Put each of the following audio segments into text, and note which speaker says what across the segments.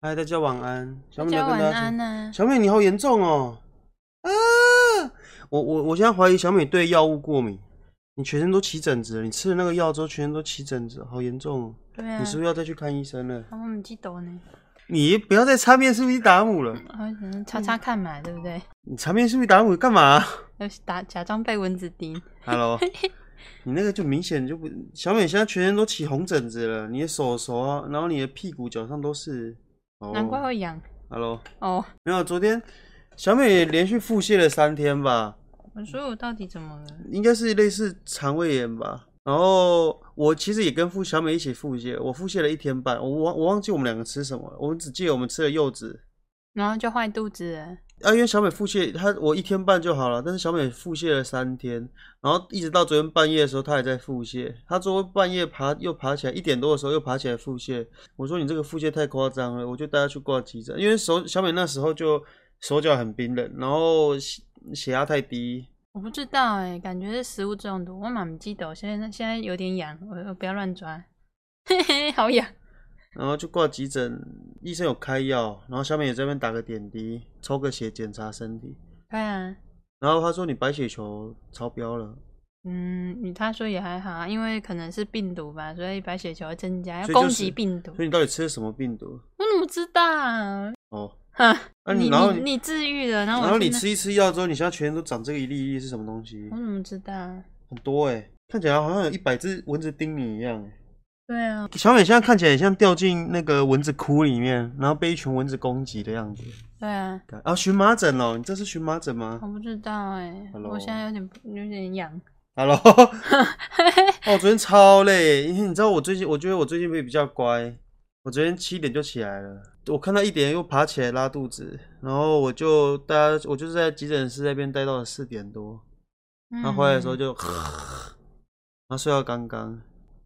Speaker 1: 嗨，哎大家晚安。小美
Speaker 2: 大
Speaker 1: 你
Speaker 2: 家
Speaker 1: 要跟
Speaker 2: 晚
Speaker 1: 大家
Speaker 2: 安啊
Speaker 1: 说
Speaker 2: 呐、
Speaker 1: 小美你好严重哦！啊，我我我现在怀疑小美对药物过敏，你全身都起疹子了，你吃了那个药之后全身都起疹子，好严重哦！
Speaker 2: 对啊
Speaker 1: 你，是不是要再去看医生了？
Speaker 2: 我们记得呢，
Speaker 1: 你不要再擦面是不是打母了？
Speaker 2: 然后只能擦擦看嘛，对不对？
Speaker 1: 你擦面是不是打母干嘛
Speaker 2: 要是打假装被蚊子叮，
Speaker 1: ？Hello，你那个就明显就不，小美现在全身都起红疹子了，你的手手啊，然后你的屁股脚上都是。哦
Speaker 2: 难怪会痒
Speaker 1: Hello，
Speaker 2: 哦。
Speaker 1: 没有，昨天小美连续腹泻了三天吧。
Speaker 2: 我说我到底怎么了？
Speaker 1: 应该是类似肠胃炎吧。然后我其实也跟付小美一起腹泻，我腹泻了一天半，我忘我忘记我们两个吃什么了，我们只记得我们吃了柚子。
Speaker 2: 然后就坏肚子了，
Speaker 1: 啊，因为小美腹泻，她我一天半就好了，但是小美腹泻了三天，然后一直到昨天半夜的时候，她还在腹泻。她昨天半夜爬又爬起来，一点多的时候又爬起来腹泻。我说你这个腹泻太夸张了，我就带她去挂急诊，因为手小美那时候就手脚很冰冷，然后血血压太低，
Speaker 2: 我不知道哎、感觉是食物中毒。我蛮不记得，我现在现在有点痒，我我不要乱抓， 嘿嘿，好痒。
Speaker 1: 然后就挂急诊，医生有开药，然后下面也在那边打个点滴，抽个血检查身体。
Speaker 2: 对啊，
Speaker 1: 然后他说你白血球超标了，
Speaker 2: 嗯，你他说也还好啊，因为可能是病毒吧，所以白血球会增加，要
Speaker 1: 所以就
Speaker 2: 攻
Speaker 1: 是
Speaker 2: 击病毒。
Speaker 1: 所以你到底吃了什么病毒？
Speaker 2: 我怎么知道啊？
Speaker 1: 哦，
Speaker 2: 哼
Speaker 1: 啊
Speaker 2: 你
Speaker 1: 然后
Speaker 2: 你你治愈了，然后我
Speaker 1: 然后你
Speaker 2: 现在
Speaker 1: 吃一吃药之后，你现在全身都长这个一粒一粒是什么东西
Speaker 2: 我？怎么知道啊？
Speaker 1: 很多哎、看起来好像有一百只蚊子叮你一样、欸。
Speaker 2: 对啊，
Speaker 1: 小美现在看起来也像掉进那个蚊子窟里面，然后被一群蚊子攻击的样子。
Speaker 2: 对啊，
Speaker 1: 啊，荨麻疹哦，你这是荨麻疹吗
Speaker 2: 我不知道哎、
Speaker 1: Hello
Speaker 2: 我现在有点有点痒，
Speaker 1: ？Hello，哦，我昨天超累，因为你知道我最近，我觉得我最近比比较乖。我昨天七点就起来了，我看到一点又爬起来拉肚子，然后我就大家我就是在急诊室那边待到了四点多，
Speaker 2: 嗯
Speaker 1: 然后回来的时候就， 然后睡到刚刚
Speaker 2: 嗯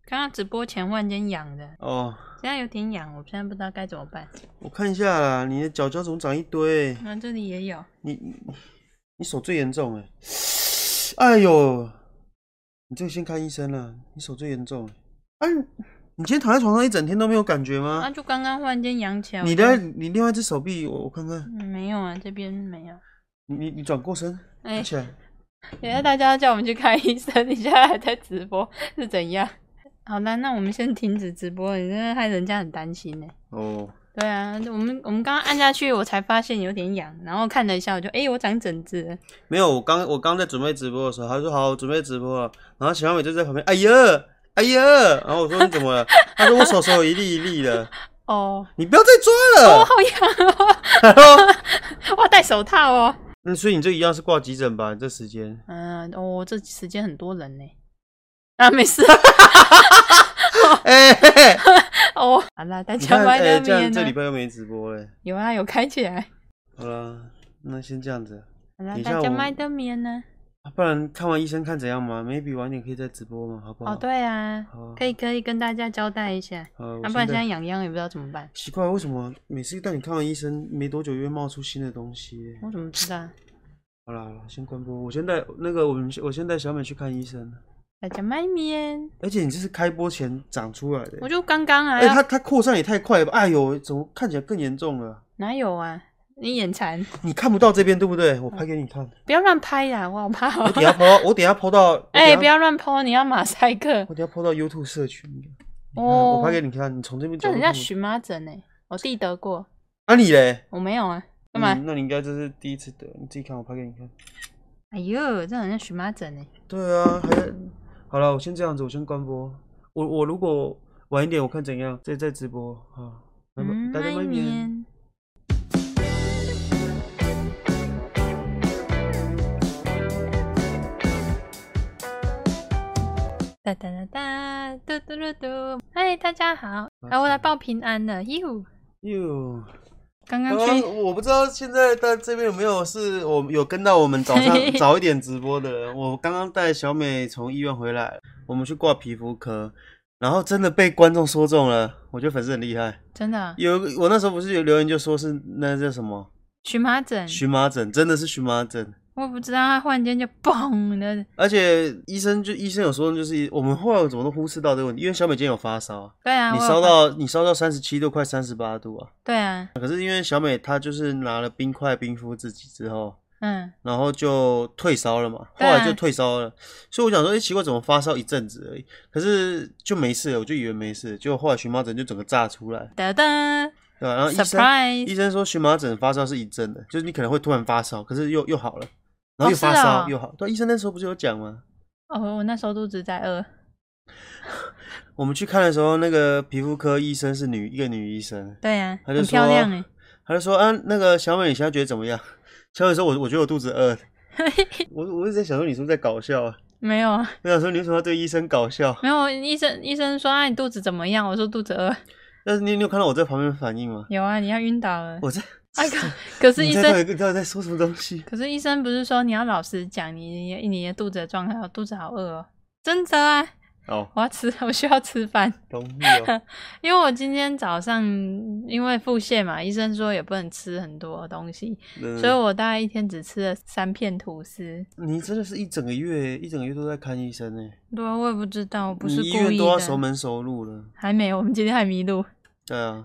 Speaker 2: 刚刚直播前忽然间痒的，
Speaker 1: 哦。
Speaker 2: 现在有点痒，我现在不知道该怎么办。
Speaker 1: 我看一下啦，你的脚脚怎么长一堆？
Speaker 2: 然后这里也有，
Speaker 1: 你你你手最严重哎、哎呦，你这个先看医生了，你手最严重欸。哎、你今天躺在床上一整天都没有感觉吗？
Speaker 2: 啊，就刚刚忽然间痒起来。
Speaker 1: 你
Speaker 2: 我就
Speaker 1: 的你另外一只手臂，我我看看，
Speaker 2: 嗯没有啊，这边没有。
Speaker 1: 你你你转过身，
Speaker 2: 哎、
Speaker 1: 起来，
Speaker 2: 等一下大家叫我们去看医生，你现在还在直播是怎样？好的，那我们先停止直播，你真的害人家很担心呢、
Speaker 1: 哦，
Speaker 2: 对啊，我们我们刚刚按下去，我才发现有点痒，然后看了一下，我就哎、我长疹子了。
Speaker 1: 没有，我刚我刚在准备直播的时候，他说好，我准备直播了，然后小美就在旁边，哎呀，哎呀，然后我说你怎么了？他说我手手有一粒一粒的，
Speaker 2: 哦，
Speaker 1: 你不要再抓
Speaker 2: 我、
Speaker 1: 了。
Speaker 2: 好痒哦，
Speaker 1: 然后
Speaker 2: 我要戴手套哦。
Speaker 1: 嗯，所以你这一样是挂急诊吧？你这时 间，
Speaker 2: 嗯，哦，这时间很多人呢。啊，没事啊。
Speaker 1: 哎、嘿嘿
Speaker 2: 哦，好啦，大
Speaker 1: 你
Speaker 2: 家
Speaker 1: 看，
Speaker 2: 晚
Speaker 1: 哎、
Speaker 2: 安
Speaker 1: 这样
Speaker 2: 面
Speaker 1: 这礼
Speaker 2: 呢。
Speaker 1: 拜又没直播嘞。
Speaker 2: 有啊，有开起来。
Speaker 1: 好啦，那先这样子，
Speaker 2: 好啦
Speaker 1: 等，一下
Speaker 2: 大家
Speaker 1: 我
Speaker 2: 麦德面呢？
Speaker 1: 啊不然看完医生看怎样嘛？maybe 晚点可以再直播嘛，好不好？
Speaker 2: 哦，对啊
Speaker 1: 好啊，
Speaker 2: 可以可以跟大家交代一下，
Speaker 1: 好，我
Speaker 2: 啊要不然
Speaker 1: 在
Speaker 2: 现在痒痒也不知道怎么办。
Speaker 1: 奇怪，为什么每次带你看完医生没多久，又会冒出新的东西？
Speaker 2: 我怎么知道？
Speaker 1: 好啦，好啦先关播。我先带那个，我们我先带小美去看医生。
Speaker 2: 大家麦面，
Speaker 1: 而且你这是开播前长出来的
Speaker 2: 我，就刚刚啊
Speaker 1: 哎、，它它扩散也太快了吧！哎呦，怎么看起来更严重了？
Speaker 2: 哪有啊？你眼馋，
Speaker 1: 你看不到这边对不对？我拍给你看。
Speaker 2: 不要乱拍呀，我好怕哦
Speaker 1: 我。 等一下抛到，我等一下抛到，我等一
Speaker 2: 哎，
Speaker 1: 下
Speaker 2: 不，要乱抛，你要马赛克
Speaker 1: 我，等一下抛到 YouTube 社群。你看
Speaker 2: 哦
Speaker 1: 我拍给你看，你从这边角
Speaker 2: 这
Speaker 1: 度
Speaker 2: 很像
Speaker 1: 看
Speaker 2: 荨麻疹呢。我弟得过，
Speaker 1: 啊你嘞？
Speaker 2: 我没有啊，干嘛？
Speaker 1: 嗯那你应该这是第一次得，你自己看，我拍给你看。
Speaker 2: 哎呦，这很像荨麻疹呢。
Speaker 1: 对啊，还好了，我先这样子，我先关播。我我如果晚一点，我看怎样，再再直播啊。拜拜
Speaker 2: 嗯，
Speaker 1: 大家拜拜。
Speaker 2: 面。哒哒哒哒，嘟嘟嘟嘟，嗨，大家好，啊，我来报平安了，哟，
Speaker 1: 哟，
Speaker 2: 刚
Speaker 1: 刚
Speaker 2: 刚
Speaker 1: 刚
Speaker 2: 去，
Speaker 1: 我不知道现在在这边有没有是我有跟到我们早上 早一点直播的人。我刚刚带小美从医院回来，我们去挂皮肤科，然后真的被观众说中了。我觉得粉丝很厉害。
Speaker 2: 真的啊
Speaker 1: 有一个我那时候不是有留言就说是那叫什么
Speaker 2: 荨麻疹，
Speaker 1: 荨麻疹，真的是荨麻疹。
Speaker 2: 我也不知道，他忽然间就嘣的，
Speaker 1: 而且医生就医生有说，就是我们后来怎么都忽视到这个问题，因为小美今天有发烧啊，
Speaker 2: 对啊，
Speaker 1: 你
Speaker 2: 我有
Speaker 1: 烧
Speaker 2: 发，
Speaker 1: 到你烧到三十七度，快三十八度啊。
Speaker 2: 对啊，
Speaker 1: 可是因为小美她就是拿了冰块冰敷自己之后，
Speaker 2: 嗯，
Speaker 1: 然后就退烧了嘛，后
Speaker 2: 对啊
Speaker 1: 来就退烧了。所以我想说，哎、奇怪，怎么发烧一阵子而已，可是就没事了，我就以为没事，结果后来荨麻疹就整个炸出来，
Speaker 2: 噔噔
Speaker 1: 对吧、然啊后医生医
Speaker 2: ，surprise，
Speaker 1: 生说荨麻疹发烧是一阵的，就是你可能会突然发烧，可是又又好了，然后
Speaker 2: 哦
Speaker 1: 又发
Speaker 2: 是
Speaker 1: 烧、
Speaker 2: 哦
Speaker 1: 又好。对，医生那时候不是有讲吗？
Speaker 2: 哦，我那时候肚子在饿，
Speaker 1: 我们去看的时候，那个皮肤科医生是女一个女医生，
Speaker 2: 对啊，
Speaker 1: 他就
Speaker 2: 很漂
Speaker 1: 说
Speaker 2: 亮哎，
Speaker 1: 她就说啊，那个小美你现在觉得怎么样？小美说我我觉得我肚子饿。 我我一直在想说你是不是在搞笑啊？
Speaker 2: 没有啊，
Speaker 1: 我想说你为什么要对医生搞笑？
Speaker 2: 没有，医生医生说啊，你肚子怎么样？我说肚子饿，
Speaker 1: 但是你你有看到我在旁边反应吗？
Speaker 2: 有啊，你要晕倒了，
Speaker 1: 我在，
Speaker 2: 哎可可是
Speaker 1: 你
Speaker 2: 医
Speaker 1: 在到底
Speaker 2: 生。
Speaker 1: 你到底在说什么东西？
Speaker 2: 可是医生不是说你要老实讲你你你的肚子的状态，我肚子好饿哦，真的啊，
Speaker 1: 哦，
Speaker 2: 我要吃， 我需要吃饭。
Speaker 1: 同意哦。
Speaker 2: 因为我今天早上因为腹泻嘛，医生说也不能吃很多东西，
Speaker 1: 嗯
Speaker 2: 所以我大概一天只吃了三片吐司。
Speaker 1: 你真的是一整个月一整个月都在看医生呢、
Speaker 2: 对啊，我也不知道，我不是
Speaker 1: 你医
Speaker 2: 故
Speaker 1: 院
Speaker 2: 意
Speaker 1: 都要熟
Speaker 2: 的。
Speaker 1: 门熟路了。
Speaker 2: 还没，我们今天还迷路。
Speaker 1: 对 啊，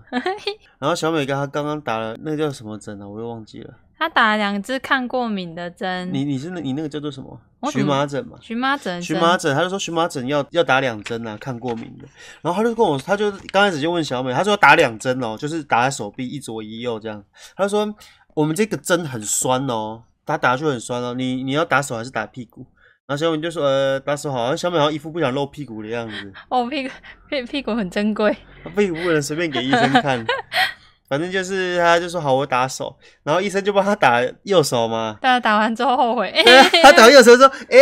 Speaker 1: 然后小美刚她刚刚打了那个叫什么针啊，我又忘记了。
Speaker 2: 他打了两支抗过敏的针，
Speaker 1: 你你是那你那个叫做什么？
Speaker 2: 嗯我怎
Speaker 1: 荨
Speaker 2: 么
Speaker 1: 麻疹嘛。
Speaker 2: 荨麻疹
Speaker 1: 荨
Speaker 2: 针，
Speaker 1: 麻疹，他就说荨麻疹要要打两针啊，看过敏的。然后他就跟我，他就刚开始就问小美，他说要打两针哦，就是打在手臂一左一右这样。他就说我们这个针很酸哦，打打下去很酸哦，你你要打手还是打屁股？然后小美就说呃打手好，然后小美好像一副不想露屁股的样子，
Speaker 2: 哦，屁股屁屁股很珍贵。
Speaker 1: 屁股不能随便给医生 看。反正就是他就说好我打手，然后医生就帮他打右手嘛，啊
Speaker 2: 但打完之后 后悔，哎、
Speaker 1: 他打右手说哎、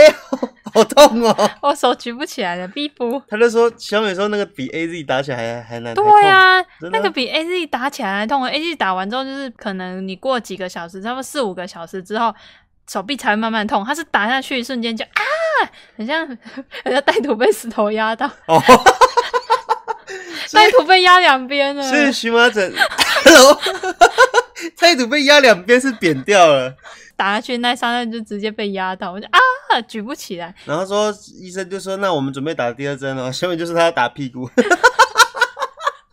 Speaker 1: 好痛哦。
Speaker 2: 我手举不起来了，逼不。
Speaker 1: 他就说小美说那个比 A Z 打起来还还难。
Speaker 2: 对
Speaker 1: 呀、
Speaker 2: 啊，
Speaker 1: 真的
Speaker 2: 那个比 A Z 打起来还痛，A Z 打完之后就是可能你过几个小时，差不多四五个小时之后，手臂才会慢慢痛。它是打下去一瞬间就 啊，很像很像带土被石头压到，
Speaker 1: 哦，
Speaker 2: 带土被压两边了。
Speaker 1: 所以荨麻疹，Hello，泰土被压两边是扁掉了。
Speaker 2: 打下去那一刹那就直接被压到，我就啊举不起来。
Speaker 1: 然后说医生就说，那我们准备打第二针了。小美就是他要打屁股。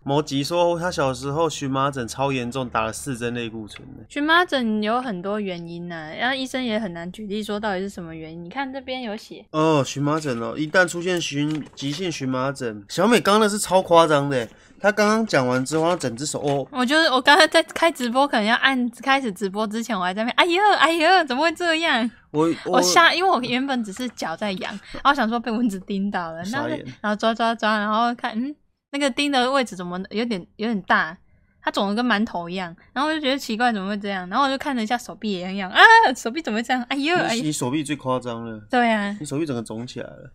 Speaker 1: 摩吉说，他小时候荨麻疹超严重，打了四针类固醇的。
Speaker 2: 荨麻疹有很多原因呢、然后医生也很难举例说到底是什么原因。你看这边有写，
Speaker 1: 哦，荨麻疹哦，一旦出现荨急性荨麻疹，小美刚刚那是超夸张的。她刚刚讲完之后，她整只手哦，
Speaker 2: 我就是我刚才在开直播，可能要按开始直播之前，我还在那边，哎呀哎呀，怎么会这样？
Speaker 1: 我
Speaker 2: 我吓，因为我原本只是脚在痒，然后想说被蚊子叮到了，然
Speaker 1: 傻
Speaker 2: 后
Speaker 1: 眼
Speaker 2: 然后抓抓抓，然后看嗯，那个叮的位置怎么有点有点大，它肿得跟馒头一样，然后我就觉得奇怪，怎么会这样？然后我就看了一下手臂也很痒啊，手臂怎么会这样？哎呦哎
Speaker 1: 你
Speaker 2: 呦，
Speaker 1: 你手臂最夸张了，
Speaker 2: 对啊，
Speaker 1: 你手臂整个肿起来了。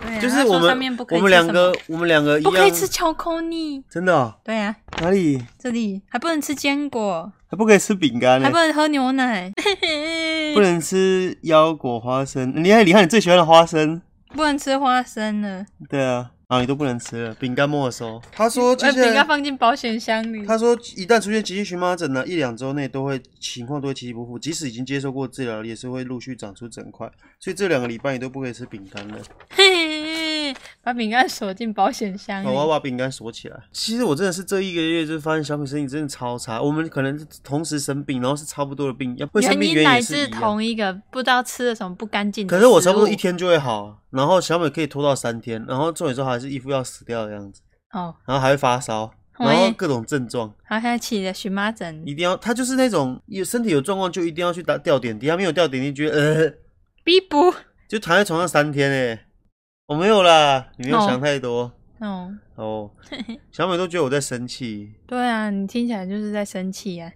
Speaker 2: 对啊，
Speaker 1: 就是
Speaker 2: 他说
Speaker 1: 我
Speaker 2: 上面
Speaker 1: 们
Speaker 2: 不可以
Speaker 1: 我们
Speaker 2: 吃
Speaker 1: 两
Speaker 2: 什
Speaker 1: 个
Speaker 2: 么
Speaker 1: 我们两个一
Speaker 2: 不
Speaker 1: 样，
Speaker 2: 可以吃巧克力，
Speaker 1: 真的哦、
Speaker 2: 对啊，
Speaker 1: 哪里
Speaker 2: 这里还不能吃坚果，
Speaker 1: 还不可以吃饼干呢
Speaker 2: 还不？能喝 牛奶，
Speaker 1: 不能吃腰果、花生。你看，你看你最喜欢的花生，
Speaker 2: 不能吃花生了，
Speaker 1: 对啊，啊你都不能吃了，饼干没收。他说
Speaker 2: 把呃饼干放进保险箱里。
Speaker 1: 他说一旦出现急性荨麻疹呢，一两周内都会情况都会起起伏伏，即使已经接受过治疗，也是会陆续长出整块。所以这两个礼拜你都不可以吃饼干了。
Speaker 2: 嘿， 把饼干锁进保险箱里
Speaker 1: 我。要把饼干锁起来。其实我真的是这一个月就发现小美身体真的超差，我们可能是同时生病，然后是差不多的病，要会生
Speaker 2: 原
Speaker 1: 病
Speaker 2: 因
Speaker 1: 因
Speaker 2: 来
Speaker 1: 也是
Speaker 2: 自
Speaker 1: 一样。
Speaker 2: 同一个，不知道吃了什么不干净的
Speaker 1: 可
Speaker 2: 食物。
Speaker 1: 是我差不多一天就会好，然后小美可以拖到三天，然后重点说还是一副要死掉的样子，
Speaker 2: 哦，
Speaker 1: 然后还会发烧，
Speaker 2: 喂
Speaker 1: 然后各种症状，
Speaker 2: 好像起了荨麻疹，
Speaker 1: 一定要她就是那种有身体有状况就一定要去打吊点滴，她没有吊点滴觉得呃
Speaker 2: 逼不
Speaker 1: 就躺在床上三天哎、我没有啦，你没有
Speaker 2: 哦
Speaker 1: 想太多
Speaker 2: 哦，
Speaker 1: 哦， 小美都觉得我在生气，
Speaker 2: 对啊，你听起来就是在生气啊，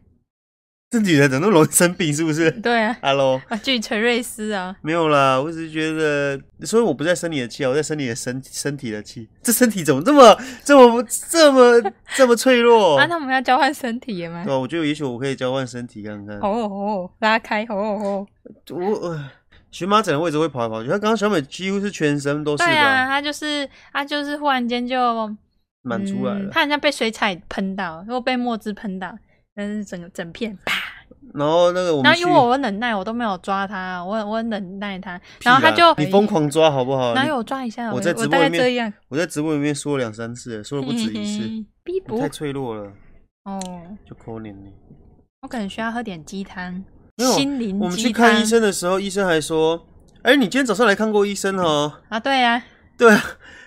Speaker 1: 这女人怎么那么容易生病是不是
Speaker 2: 对啊，
Speaker 1: ？Hello。
Speaker 2: 啊，据锤瑞斯啊，
Speaker 1: 没有啦，我只是觉得，所以我不在生你的气啊，我在生你的身身体的气。这身体怎么这么这么这么这么脆弱？
Speaker 2: 啊，那我们要交换身体了吗
Speaker 1: 哦对？啊，我觉得也许我可以交换身体看看。
Speaker 2: 哦哦，拉开哦哦，
Speaker 1: 我呃荨麻疹的位置会跑来跑去，他刚刚小美几乎是全身都是
Speaker 2: 对
Speaker 1: 吧，
Speaker 2: 啊，他就是他就是忽然间就嗯
Speaker 1: 满、出来了。
Speaker 2: 他好像被水彩喷到，又被墨汁喷到，但是整个整片啪，
Speaker 1: 然后那个我们
Speaker 2: 然后
Speaker 1: 去
Speaker 2: 因为我很忍耐，我都没有抓他，我我很忍耐他，
Speaker 1: 屁
Speaker 2: 然
Speaker 1: 啦，
Speaker 2: 后他就
Speaker 1: 你疯狂抓好不好？
Speaker 2: 哪
Speaker 1: 你
Speaker 2: 有抓一下？
Speaker 1: 我
Speaker 2: 我
Speaker 1: 在
Speaker 2: 我
Speaker 1: 直播
Speaker 2: 大概
Speaker 1: 里面
Speaker 2: 这样，
Speaker 1: 我在直播里面说了两三次了，说了不止一
Speaker 2: 嗯
Speaker 1: 次，你
Speaker 2: 逼补
Speaker 1: 太脆弱了，
Speaker 2: 哦，
Speaker 1: 就抠脸你。
Speaker 2: 我可能需要喝点鸡汤，
Speaker 1: 没有
Speaker 2: 心灵
Speaker 1: 我们去
Speaker 2: 嗯鸡汤
Speaker 1: 看医生的时候，医生还说：“哎、你今天早上来看过医生哦
Speaker 2: 啊，对呀、啊，？”
Speaker 1: 对啊，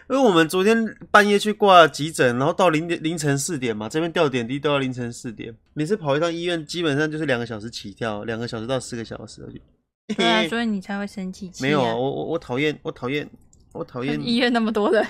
Speaker 1: 因为我们昨天半夜去挂急诊，然后到凌点凌晨四点嘛，这边吊点滴吊到凌晨四点，每次跑一趟医院，基本上就是两个小时起跳，两个小时到四个小时。
Speaker 2: 对啊，所以你才会生气气、啊。
Speaker 1: 没有，我我我讨厌，我讨厌，我讨厌
Speaker 2: 医院那么多人，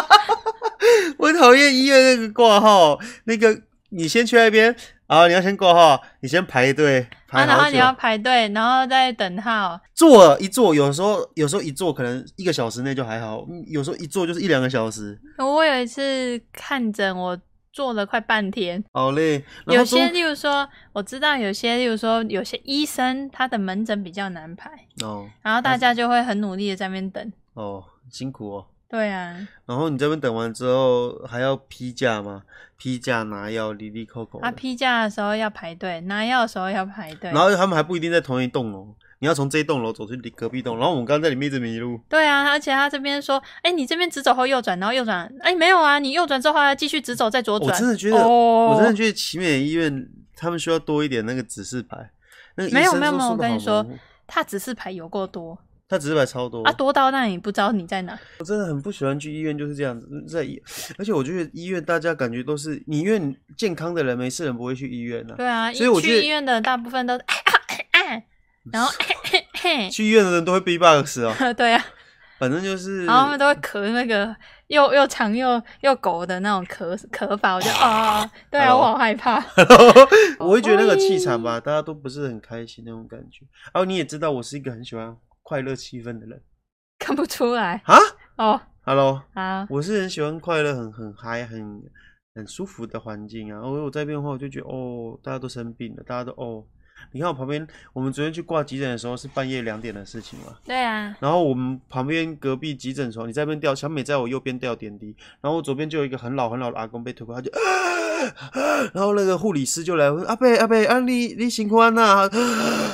Speaker 1: 我讨厌医院那个挂号，那个你先去那边啊，你要先挂号，你先排队
Speaker 2: 啊，
Speaker 1: 排
Speaker 2: 然
Speaker 1: 好
Speaker 2: 后你
Speaker 1: 久，
Speaker 2: 要排队，然后再等号，
Speaker 1: 坐一坐，有时候有时候一坐可能一个小时内就还好，嗯有时候一坐就是一两个小时，
Speaker 2: 我有一次看诊，我坐了快半天。
Speaker 1: 好累。然
Speaker 2: 有
Speaker 1: 后中
Speaker 2: 些，例如说，我知道有些，例如说，有些医生他的门诊比较难排，
Speaker 1: 哦
Speaker 2: 然后大家就会很努力的在那边等。
Speaker 1: 哦辛苦哦，
Speaker 2: 对啊，
Speaker 1: 然后你这边等完之后还要批假吗？批假拿药，里里扣扣的。
Speaker 2: 他啊批假的时候要排队，拿药的时候要排队
Speaker 1: 哦然。后他们还不一定在同一栋楼，你要从这一栋楼走去隔壁栋，然后我们刚刚在里面一直迷路。
Speaker 2: 对啊，而且他这边说，哎、你这边直走后右转，然后右转，哎、没有啊，你右转之后还要继续直走再左
Speaker 1: 我
Speaker 2: 转。
Speaker 1: 真的觉得，
Speaker 2: 哦
Speaker 1: 我真的觉得奇美医院他们需要多一点那个指示牌。那个医
Speaker 2: 没有
Speaker 1: 生
Speaker 2: 没有
Speaker 1: 说
Speaker 2: 没有
Speaker 1: 说得
Speaker 2: 我跟你
Speaker 1: 好
Speaker 2: 说
Speaker 1: 模糊，
Speaker 2: 他只是牌有够多
Speaker 1: 他指示牌超多。
Speaker 2: 啊，多到让你不知道你在哪。
Speaker 1: 我真的很不喜欢去医院，就是这样子。嗯在医，而且我觉得医院大家感觉都是，你因为你健康的人没事人不会去医院呐、
Speaker 2: 对啊，
Speaker 1: 所以我觉
Speaker 2: 去
Speaker 1: 得
Speaker 2: 医院的大部分都是哎啊哎啊，然后哎嘿
Speaker 1: 去医院的人都会 B box 哦，
Speaker 2: 嘿，对啊，
Speaker 1: 反正就是
Speaker 2: 然后他们都会咳那个又又长又又狗的那种咳咳法，我就啊、哦，对啊，
Speaker 1: Hello
Speaker 2: 我好害怕。
Speaker 1: 我会觉得那个气场吧，大家都不是很开心那种感觉。然后你也知道，我是一个很喜欢快乐气氛的人
Speaker 2: 看不出来
Speaker 1: 啊。
Speaker 2: 哦。
Speaker 1: Hello，
Speaker 2: 好，
Speaker 1: 我是很喜欢快乐、很很嗨、很很舒服的环境啊。我我在那边的话，我就觉得哦，大家都生病了，大家都哦。你看我旁边，我们昨天去挂急诊的时候是半夜两点的事情嘛。
Speaker 2: 对啊，
Speaker 1: 然后我们旁边隔壁急诊床，你在那边吊，小美在我右边吊点滴，然后我左边就有一个很老很老的阿公被推过，他就，啊啊然后那个护理师就来问阿伯阿伯，啊你你辛苦啊呐，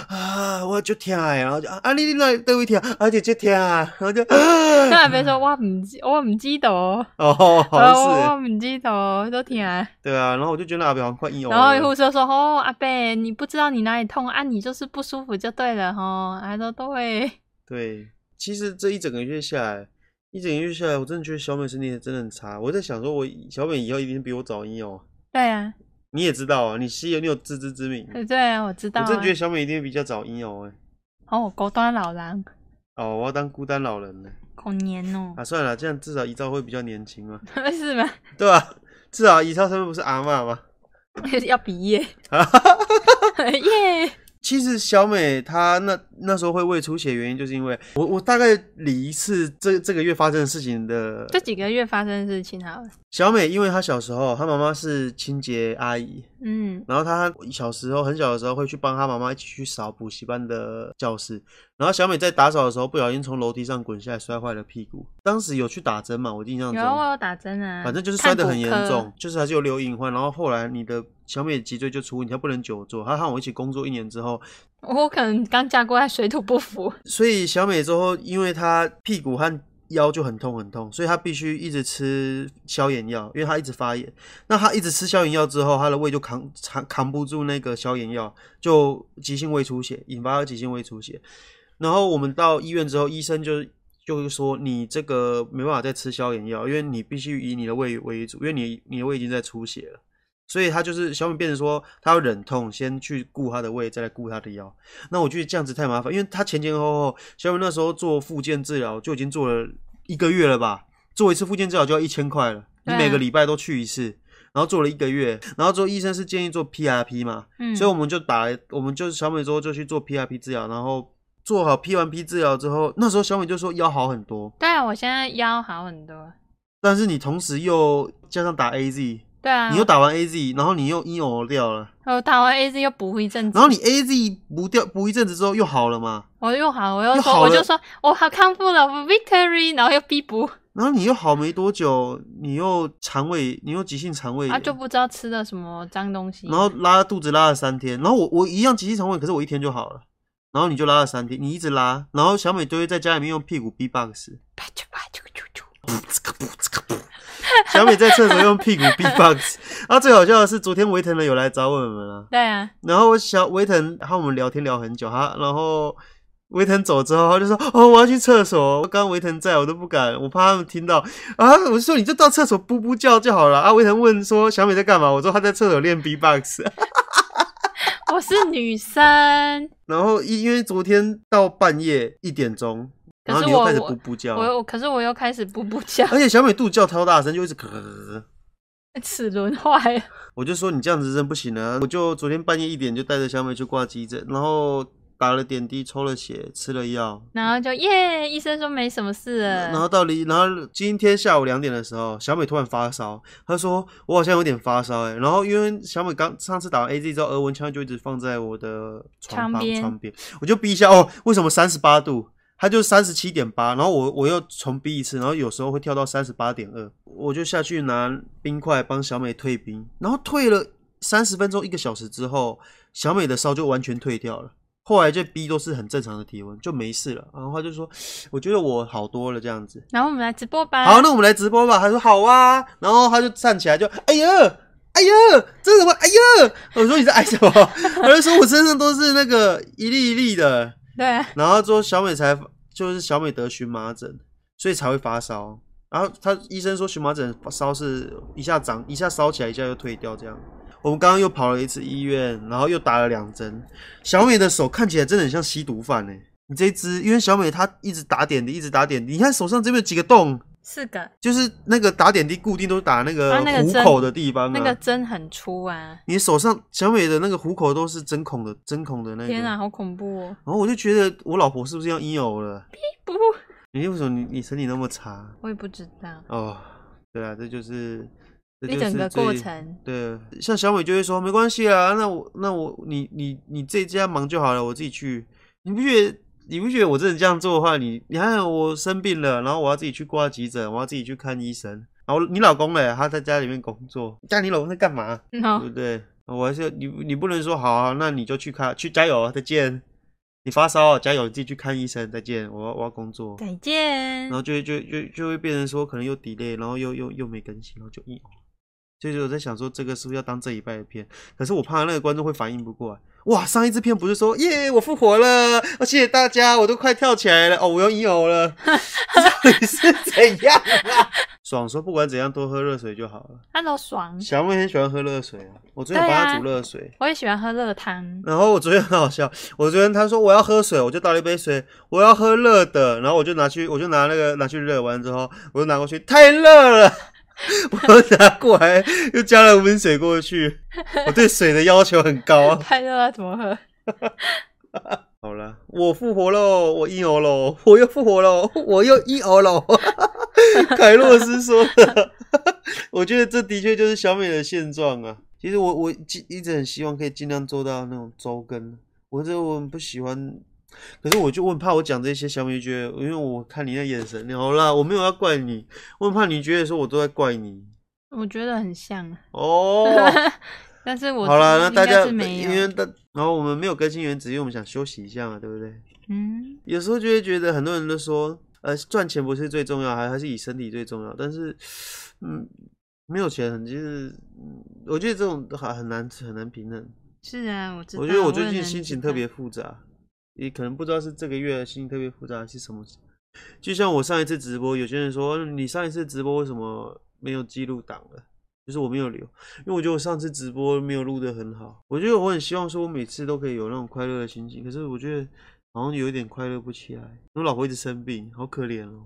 Speaker 1: 啊我就疼的，然后就啊啊你你哪对位疼，而且就疼，然后就，
Speaker 2: 那
Speaker 1: 啊、
Speaker 2: 还别说我唔知我唔知道哦，
Speaker 1: 哦好像是
Speaker 2: 哦我
Speaker 1: 耶，
Speaker 2: 唔知道都听。
Speaker 1: 对啊，然后我就觉得阿伯好像快硬
Speaker 2: 然后
Speaker 1: 哦，
Speaker 2: 护士说：“哦，阿贝，你不知道你哪里痛啊，你就是不舒服就对了哦。”他说：“对。”
Speaker 1: 对，其实这一整个月下来。一整个月下来，我真的觉得小美身体真的很差。我在想说我小美以后一定比我早医哦。
Speaker 2: 对啊，
Speaker 1: 你也知道啊，你西游你有自知之明。
Speaker 2: 对对啊，我知道、
Speaker 1: 我
Speaker 2: 啊。
Speaker 1: 真的觉得小美一定比较早应哦、欸。
Speaker 2: 哦，孤单老人，
Speaker 1: 哦，我要当孤单老人了。
Speaker 2: 好黏哦，
Speaker 1: 啊，算了，这样至少遗照会比较年轻嘛，
Speaker 2: 是吗？
Speaker 1: 对吧、啊？至少遗照上面不是阿嬷吗？
Speaker 2: 要毕 业，耶！
Speaker 1: 其实小美她那那时候会胃出血，原因就是因为我我大概理一次这这个月发生的事情的。
Speaker 2: 这几个月发生的事情好了，
Speaker 1: 小美因为她小时候，她妈妈是清洁阿姨，
Speaker 2: 嗯，
Speaker 1: 然后她小时候很小的时候会去帮她妈妈一起去扫补习班的教室，然后小美在打扫的时候不小心从楼梯上滚下来，摔坏了屁股。当时有去打针嘛？我印象中
Speaker 2: 有啊我有打针啊，
Speaker 1: 反正就是摔得很严
Speaker 2: 看骨
Speaker 1: 重
Speaker 2: 科，，
Speaker 1: 就是还是有留隐患。然后后来你的小美脊椎就出问题，她不能久坐。她和我一起工作一年之后，
Speaker 2: 我可能刚嫁过来，水土不服，
Speaker 1: 所以小美之后，因为她屁股和腰就很痛很痛，所以她必须一直吃消炎药，因为她一直发炎。那她一直吃消炎药之后，她的胃就扛扛扛不住那个消炎药，就急性胃出血，引发了急性胃出血。然后我们到医院之后，医生就就是说你这个没办法再吃消炎药，因为你必须以你的胃为主，因为你你的胃已经在出血了。所以她就是小美变成说，她要忍痛先去顾她的胃，再来顾她的腰。那我觉得这样子太麻烦，因为他前前后后，小美那时候做复健治疗就已经做了一个月了吧，做一次复健治疗就要一千块了，你
Speaker 2: 对啊
Speaker 1: 每个礼拜都去一次，然后做了一个月，然后之后医生是建议做 PRP 嘛，
Speaker 2: 嗯，
Speaker 1: 所以我们就打，我们就小美之后就去做 PRP 治疗，然后做好 P 完 P 治疗之后，那时候小美就说腰好很多，
Speaker 2: 对啊，我现在腰好很多，
Speaker 1: 但是你同时又加上打 AZ，
Speaker 2: 对啊，
Speaker 1: 你又打完 AZ，然后你又 EO 掉了，
Speaker 2: 我打完 A Z 又补一阵子
Speaker 1: 然，后你 AZ 补掉补一阵子之后又好了嘛。
Speaker 2: 我又好，我又
Speaker 1: 又
Speaker 2: 说，
Speaker 1: 好
Speaker 2: 我
Speaker 1: 了
Speaker 2: 就说我好康复了，我 victory，然后又逼补，
Speaker 1: 然后你又好没多久，你又肠胃，你又急性肠胃炎，
Speaker 2: 啊，就不知道吃了什么脏东西。
Speaker 1: 哎然后拉肚子拉了三天，然后我我一样急性肠胃炎，可是我一天就好了，然后你就拉了三天，你一直拉，然后小美都会在家里面用屁股 B box，
Speaker 2: 啪啾啪啾啾啾，
Speaker 1: 小美在厕所用屁股 B box，然后最好笑的是昨天维腾呢有来找我们啊，
Speaker 2: 对啊，
Speaker 1: 然后小维腾和我们聊天聊很久，他然后维腾走之后，他就说：“哦，我要去厕所。”刚刚维腾在，我都不敢，我怕他们听到啊。我就说：“你就到厕所噗噗叫就好了。”啊，维腾问说：“小美在干嘛？”我说：“她在厕所练 B-box。
Speaker 2: 我是女生，”
Speaker 1: 然后因因为昨天到半夜一点钟，然
Speaker 2: 可
Speaker 1: 后
Speaker 2: 是
Speaker 1: 你又
Speaker 2: 我
Speaker 1: 开始
Speaker 2: 我
Speaker 1: 噗噗叫，
Speaker 2: 我我可是我又开始不不 叫，
Speaker 1: 而且小美肚子叫超大声，就一直咳咳咳咳咳。
Speaker 2: 齿轮坏了。
Speaker 1: 我就说你这样子真不行啊！我就昨天半夜一点就带着小美去挂急诊，然后打了点滴，抽了血，吃了药，
Speaker 2: 然后就耶，医生说没什么事了
Speaker 1: 然后到离，然后今天下午两点的时候，小美突然发烧，她说我好像有点发烧哎、欸。然后因为小美刚上次打完 A Z 之后，额温枪就一直放在我的床
Speaker 2: 床
Speaker 1: 旁
Speaker 2: 边
Speaker 1: 床边，我就逼一下哦，为什么三十八度？它就三十七点八，然后我我又重逼一次，然后有时候会跳到三十八点二，我就下去拿冰块帮小美退冰，然后退了三十分钟一个小时之后，小美的烧就完全退掉了。后来这逼都是很正常的体温，就没事了。然后她就说：“我觉得我好多了，这样子。”
Speaker 2: 然后我们来直播吧。
Speaker 1: 好，那我们来直播吧。他说好啊，然后他就站起来就，哎呀，哎呀，这是什么？哎呀，我说你在哎什么？ 他就说我身上都是那个一粒一粒的。
Speaker 2: 对啊，
Speaker 1: 然后之后小美才就是小美得荨麻疹，所以才会发烧。然后他医生说荨麻疹烧是一下长一下烧起来，一下又退掉这样。我们刚刚又跑了一次医院，然后又打了两针。小美的手看起来真的很像吸毒犯哎、你这一只，因为小美她一直打点滴，一直打点滴，你看手上这边有几个洞，
Speaker 2: 四个，
Speaker 1: 就是那个打点滴固定都打那个
Speaker 2: 啊那个
Speaker 1: 虎
Speaker 2: 针
Speaker 1: 口的地方啊。
Speaker 2: 那个针很粗啊。
Speaker 1: 你手上小美的那个虎口都是针孔的，针孔的那个。
Speaker 2: 天啊，好恐怖哦！
Speaker 1: 然后我就觉得我老婆是不是要阴偶了？
Speaker 2: 不，
Speaker 1: 你为什么你你身体那么差？
Speaker 2: 我也不知道。
Speaker 1: 哦，对啊，这就是这
Speaker 2: 一
Speaker 1: 就
Speaker 2: 整
Speaker 1: 是
Speaker 2: 个
Speaker 1: 最
Speaker 2: 过。程，
Speaker 1: 对，像小美就会说没关系啊，那我那我你你你自己这样忙就好了，我自己去。你不觉得你不觉得我真的这样做的话，你你看我生病了，然后我要自己去挂急诊，我要自己去看医生。然后你老公嘞，他在家里面工作，但你老公在干嘛？啊
Speaker 2: 然后
Speaker 1: 对不对？我还是你，你不能说好、啊，那你就去看，去加油啊，再见。你发烧啊，加油，你自己去看医生，再见。我要我要工作，
Speaker 2: 再见
Speaker 1: 然。后就会就就就会变成说可能又 delay，然后又又又没更新，然后就硬。所以我在想说，这个是不是要当这一拜的片？可是我怕那个观众会反应不过来。哇，上一支片不是说耶，我复活了，哦、谢谢大家，我都快跳起来了，哦，我又 emo 了，这到底是怎样啊？ 爽说不管怎样多喝热水就好了。
Speaker 2: 他都爽，
Speaker 1: 小妹很喜欢喝热水啊，我昨天
Speaker 2: 对
Speaker 1: 帮
Speaker 2: 啊
Speaker 1: 她煮热水，
Speaker 2: 我也喜欢喝热汤。
Speaker 1: 然后我昨天很好笑， 我昨天她说我要喝水，我就倒了一杯水，我要喝热的，然后我就拿去，我就拿那个拿去热完之后，我就拿过去，太热了， 我又拿过来又加了温水过去，我对水的要求很高啊。
Speaker 2: 太热了怎么喝？
Speaker 1: 好了，我复活喽，我一欧喽，我又复活喽， 我又一欧喽。 凯洛斯说的， 我觉得这的确就是小美的现状啊。其实我我尽一直很希望可以尽量做到那种周更，我这我很不喜欢。可是我就我很怕我讲这些，小美就觉得，因为我看你那眼神，好啦，我没有要怪你，我很怕你觉得说我都在怪你
Speaker 2: 我觉得很像，啊
Speaker 1: 哦。
Speaker 2: 但是我
Speaker 1: 好啦，那大
Speaker 2: 应该
Speaker 1: 家
Speaker 2: 是没
Speaker 1: 因为
Speaker 2: 有。
Speaker 1: 大，然后我们没有更新原子，因为我们想休息一下嘛，对不对？
Speaker 2: 嗯，
Speaker 1: 有时候就会觉得很多人都说，呃，赚钱不是最重要，还还是以身体最重要。但是，嗯，没有钱很就是，嗯我觉得这种很很难很难平衡。
Speaker 2: 是啊，我知道。
Speaker 1: 我觉得我
Speaker 2: 我
Speaker 1: 最
Speaker 2: 也
Speaker 1: 近
Speaker 2: 能
Speaker 1: 心
Speaker 2: 知
Speaker 1: 情特
Speaker 2: 道
Speaker 1: 别复杂，也可能不知道是这个月心情特别复杂还是什么。就像我上一次直播，有些人说嗯你上一次直播为什么没有记录档了？就是我没有留，因为我觉得我上次直播没有录得很好。我觉得我很希望说，我每次都可以有那种快乐的心情，可是我觉得好像有一点快乐不起来。因为我老婆一直生病，好可怜哦。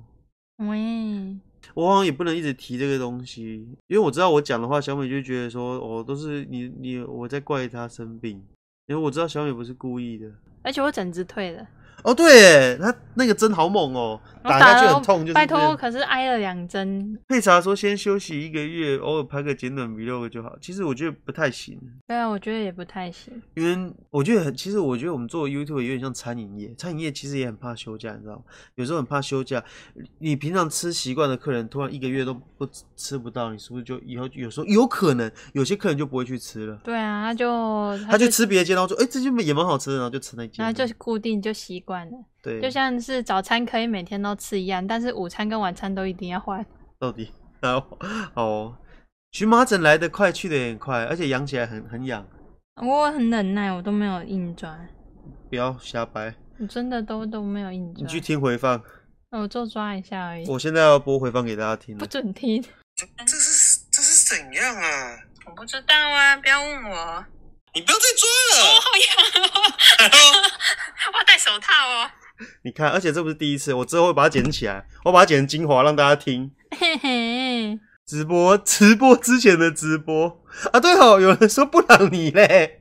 Speaker 2: 喂，
Speaker 1: 我好像也不能一直提这个东西，因为我知道我讲的话，小美就会觉得说，哦，都是你你我在怪她生病，因为我知道小美不是故意的。
Speaker 2: 而且我整只退了，
Speaker 1: 哦，对耶，他那个针好猛哦，
Speaker 2: 我
Speaker 1: 打下去
Speaker 2: 了
Speaker 1: 很痛，就是
Speaker 2: 拜
Speaker 1: 这
Speaker 2: 托，
Speaker 1: 样
Speaker 2: 可是挨了两针。
Speaker 1: 配茶说先休息一个月，偶尔拍个简短 vlog 就好。其实我觉得不太行，
Speaker 2: 对啊，我觉得也不太行。
Speaker 1: 因为我觉得很，其实我觉得我们做 YouTube 有点像餐饮业，餐饮业其实也很怕休假，你知道吗？有时候很怕休假，你平常吃习惯的客人，突然一个月都不吃不到，你是不是就以后有时候有可能有些客人就不会去吃了，
Speaker 2: 对啊，他就
Speaker 1: 他去吃别的街，然后说哎、这间也蛮好吃的，然后就吃那间
Speaker 2: 然后
Speaker 1: 了，
Speaker 2: 就是固定就习惯了，
Speaker 1: 对，
Speaker 2: 就像是早餐可以每天都吃一样，但是午餐跟晚餐都一定要换。
Speaker 1: 到底好哦，荨麻疹来得快，去得也很快，而且痒起来很很痒，
Speaker 2: 我很忍耐，我都没有硬抓，
Speaker 1: 不要瞎掰，
Speaker 2: 我真的都都没有硬
Speaker 1: 你
Speaker 2: 抓，
Speaker 1: 去听回放。
Speaker 2: 我就抓一下而已，
Speaker 1: 我现在要播回放给大家听
Speaker 2: 不
Speaker 1: 了。
Speaker 2: 准听。
Speaker 1: 这是这是怎样啊？
Speaker 2: 我不知道啊，不要问我。
Speaker 1: 你不要再抓
Speaker 2: 好痒哦，
Speaker 1: 哎了！
Speaker 2: 我要戴手套哦。
Speaker 1: 你看，而且这不是第一次，我之后会把它剪起来，我把它剪成精华让大家听。
Speaker 2: 嘿嘿，
Speaker 1: 直播直播之前的直播啊，对哦，有人说布朗尼 嘞，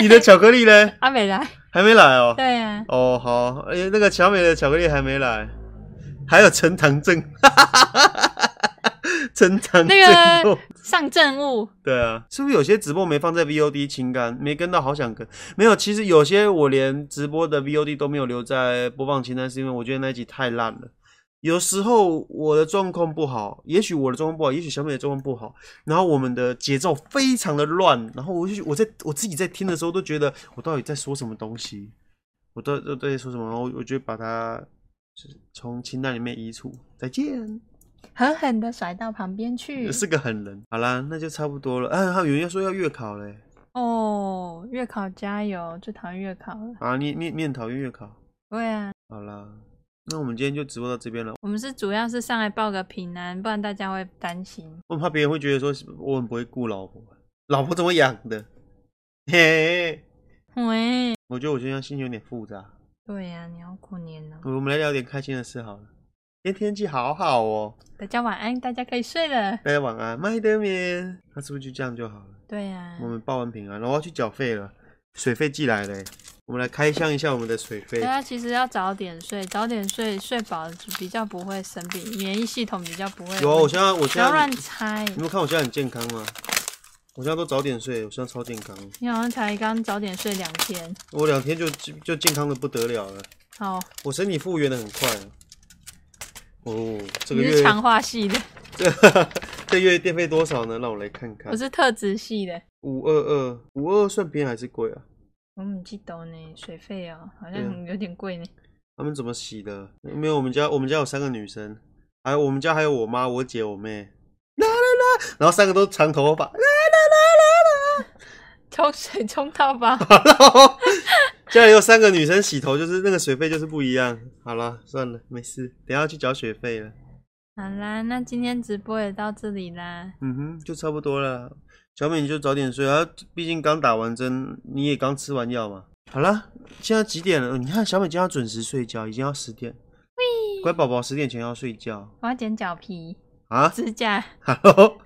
Speaker 1: 你的巧克力嘞
Speaker 2: 阿美来，
Speaker 1: 还没来哦。
Speaker 2: 对啊，
Speaker 1: 哦，好，哎、那个乔美的巧克力还没来，还有陈唐正， 陈唐正哦
Speaker 2: 那个上阵务，
Speaker 1: 对啊，是不是有些直播没放在 VOD 情感没跟到，好想跟？没有，其实有些我连直播的 VOD 都没有留在播放清单，是因为我觉得那一集太烂了。有时候我的状况不好，也许我的状况不好，也许小美的状况不好，然后我们的节奏非常的乱，然后我就我在我自己在听的时候都觉得我到底在说什么东西，我到都在说什么，然后我就把它就是从清单里面移除，再见。
Speaker 2: 狠狠的甩到旁边去。
Speaker 1: 是个狠人。好啦，那就差不多了。啊，还有人要说要月考嘞
Speaker 2: 哦，月考加油！最讨厌月考了。
Speaker 1: 啊！你你你很讨厌月考。
Speaker 2: 对啊，
Speaker 1: 好啦，那我们今天就直播到这边了。
Speaker 2: 我们是主要是上来报个平安，不然大家会担心。
Speaker 1: 我很怕别人会觉得说我很不会顾老婆，老婆怎么养的？嘿，
Speaker 2: 喂，
Speaker 1: 我觉得我现在心情有点复杂。
Speaker 2: 对呀、你要过年了，
Speaker 1: 我们来聊点开心的事好了。今天天气好好哦，
Speaker 2: 大家晚安，大家可以睡了。
Speaker 1: 大家晚安，麦德棉。那是不是就这样就好了？
Speaker 2: 对呀、
Speaker 1: 我们报完平安，然后我要去缴费了，水费寄来了欸。我们来开箱一下我们的水费
Speaker 2: 大。家其实要早点睡，早点睡，睡饱比较不会生病，免疫系统比较不会。
Speaker 1: 有啊，我现在我
Speaker 2: 不
Speaker 1: 现
Speaker 2: 要
Speaker 1: 在
Speaker 2: 乱猜。
Speaker 1: 你们看我现在很健康吗？我现在都早点睡，我现在超健康，
Speaker 2: 你好像才刚早点睡两天。哦
Speaker 1: 我两天就就就健康的不得了了，
Speaker 2: 好，
Speaker 1: 我身体复原的很快。啊哦，这个
Speaker 2: 你
Speaker 1: 月
Speaker 2: 是强化系的，
Speaker 1: 这 这个月电费多少呢？让我来看看
Speaker 2: 我，是特质系的。
Speaker 1: 五二二，五二算便宜还是贵啊？
Speaker 2: 我们嗯记得呢，水费哦，好像
Speaker 1: 对啊
Speaker 2: 很有点贵呢。
Speaker 1: 他们怎么洗的？没有，我们家我们家有三个女生，还有我们家还有我妈、我姐、我妹，啦啦啦，然后三个都长头发，
Speaker 2: 冲水冲到吧，
Speaker 1: 家里有三个女生洗头，就是那个水费就是不一样。好了，算了，没事，等一下去缴水费了。
Speaker 2: 好啦，那今天直播也到这里啦。
Speaker 1: 嗯哼，就差不多了。小美你就早点睡啊，毕竟刚打完针，你也刚吃完药嘛。好了，现在几点了？你看小美今天要准时睡觉，已经要十点。乖宝宝十点前要睡觉
Speaker 2: 我要剪脚皮、
Speaker 1: 啊
Speaker 2: 指甲，
Speaker 1: ！Hello，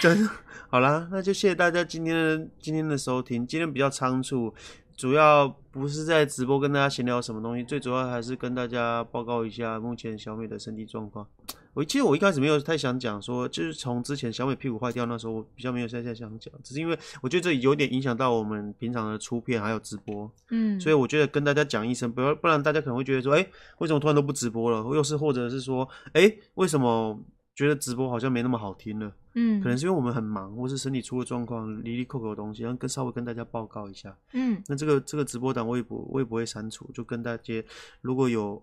Speaker 1: 真好啦，那就谢谢大家今天的今天的收听。今天比较仓促，主要不是在直播跟大家闲聊什么东西，最主要还是跟大家报告一下目前小美的身体状况。我其实我一开始没有太想讲说，就是从之前小美屁股坏掉那时候，我比较没有现在想讲，只是因为我觉得这有点影响到我们平常的出片还有直播，
Speaker 2: 嗯，
Speaker 1: 所以我觉得跟大家讲一声，不要不然大家可能会觉得说，哎、为什么突然都不直播了？又是或者是说，哎、为什么觉得直播好像没那么好听了？
Speaker 2: 嗯，
Speaker 1: 可能是因为我们很忙，或是身体出了状况，离离扣扣的东西，然后跟稍微跟大家报告一下。
Speaker 2: 嗯，
Speaker 1: 那这个这个直播档我也不我也不会删除，就跟大家如果有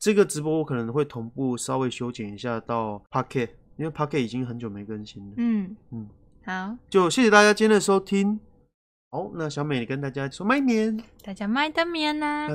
Speaker 1: 这个直播，我可能会同步稍微修剪一下到 Pocket，因为 Pocket 已经很久没更新了。
Speaker 2: 嗯
Speaker 1: 嗯，
Speaker 2: 好，
Speaker 1: 就谢谢大家今天的收听。好，那小美你跟大家说拜年。
Speaker 2: 大家麦当面啦。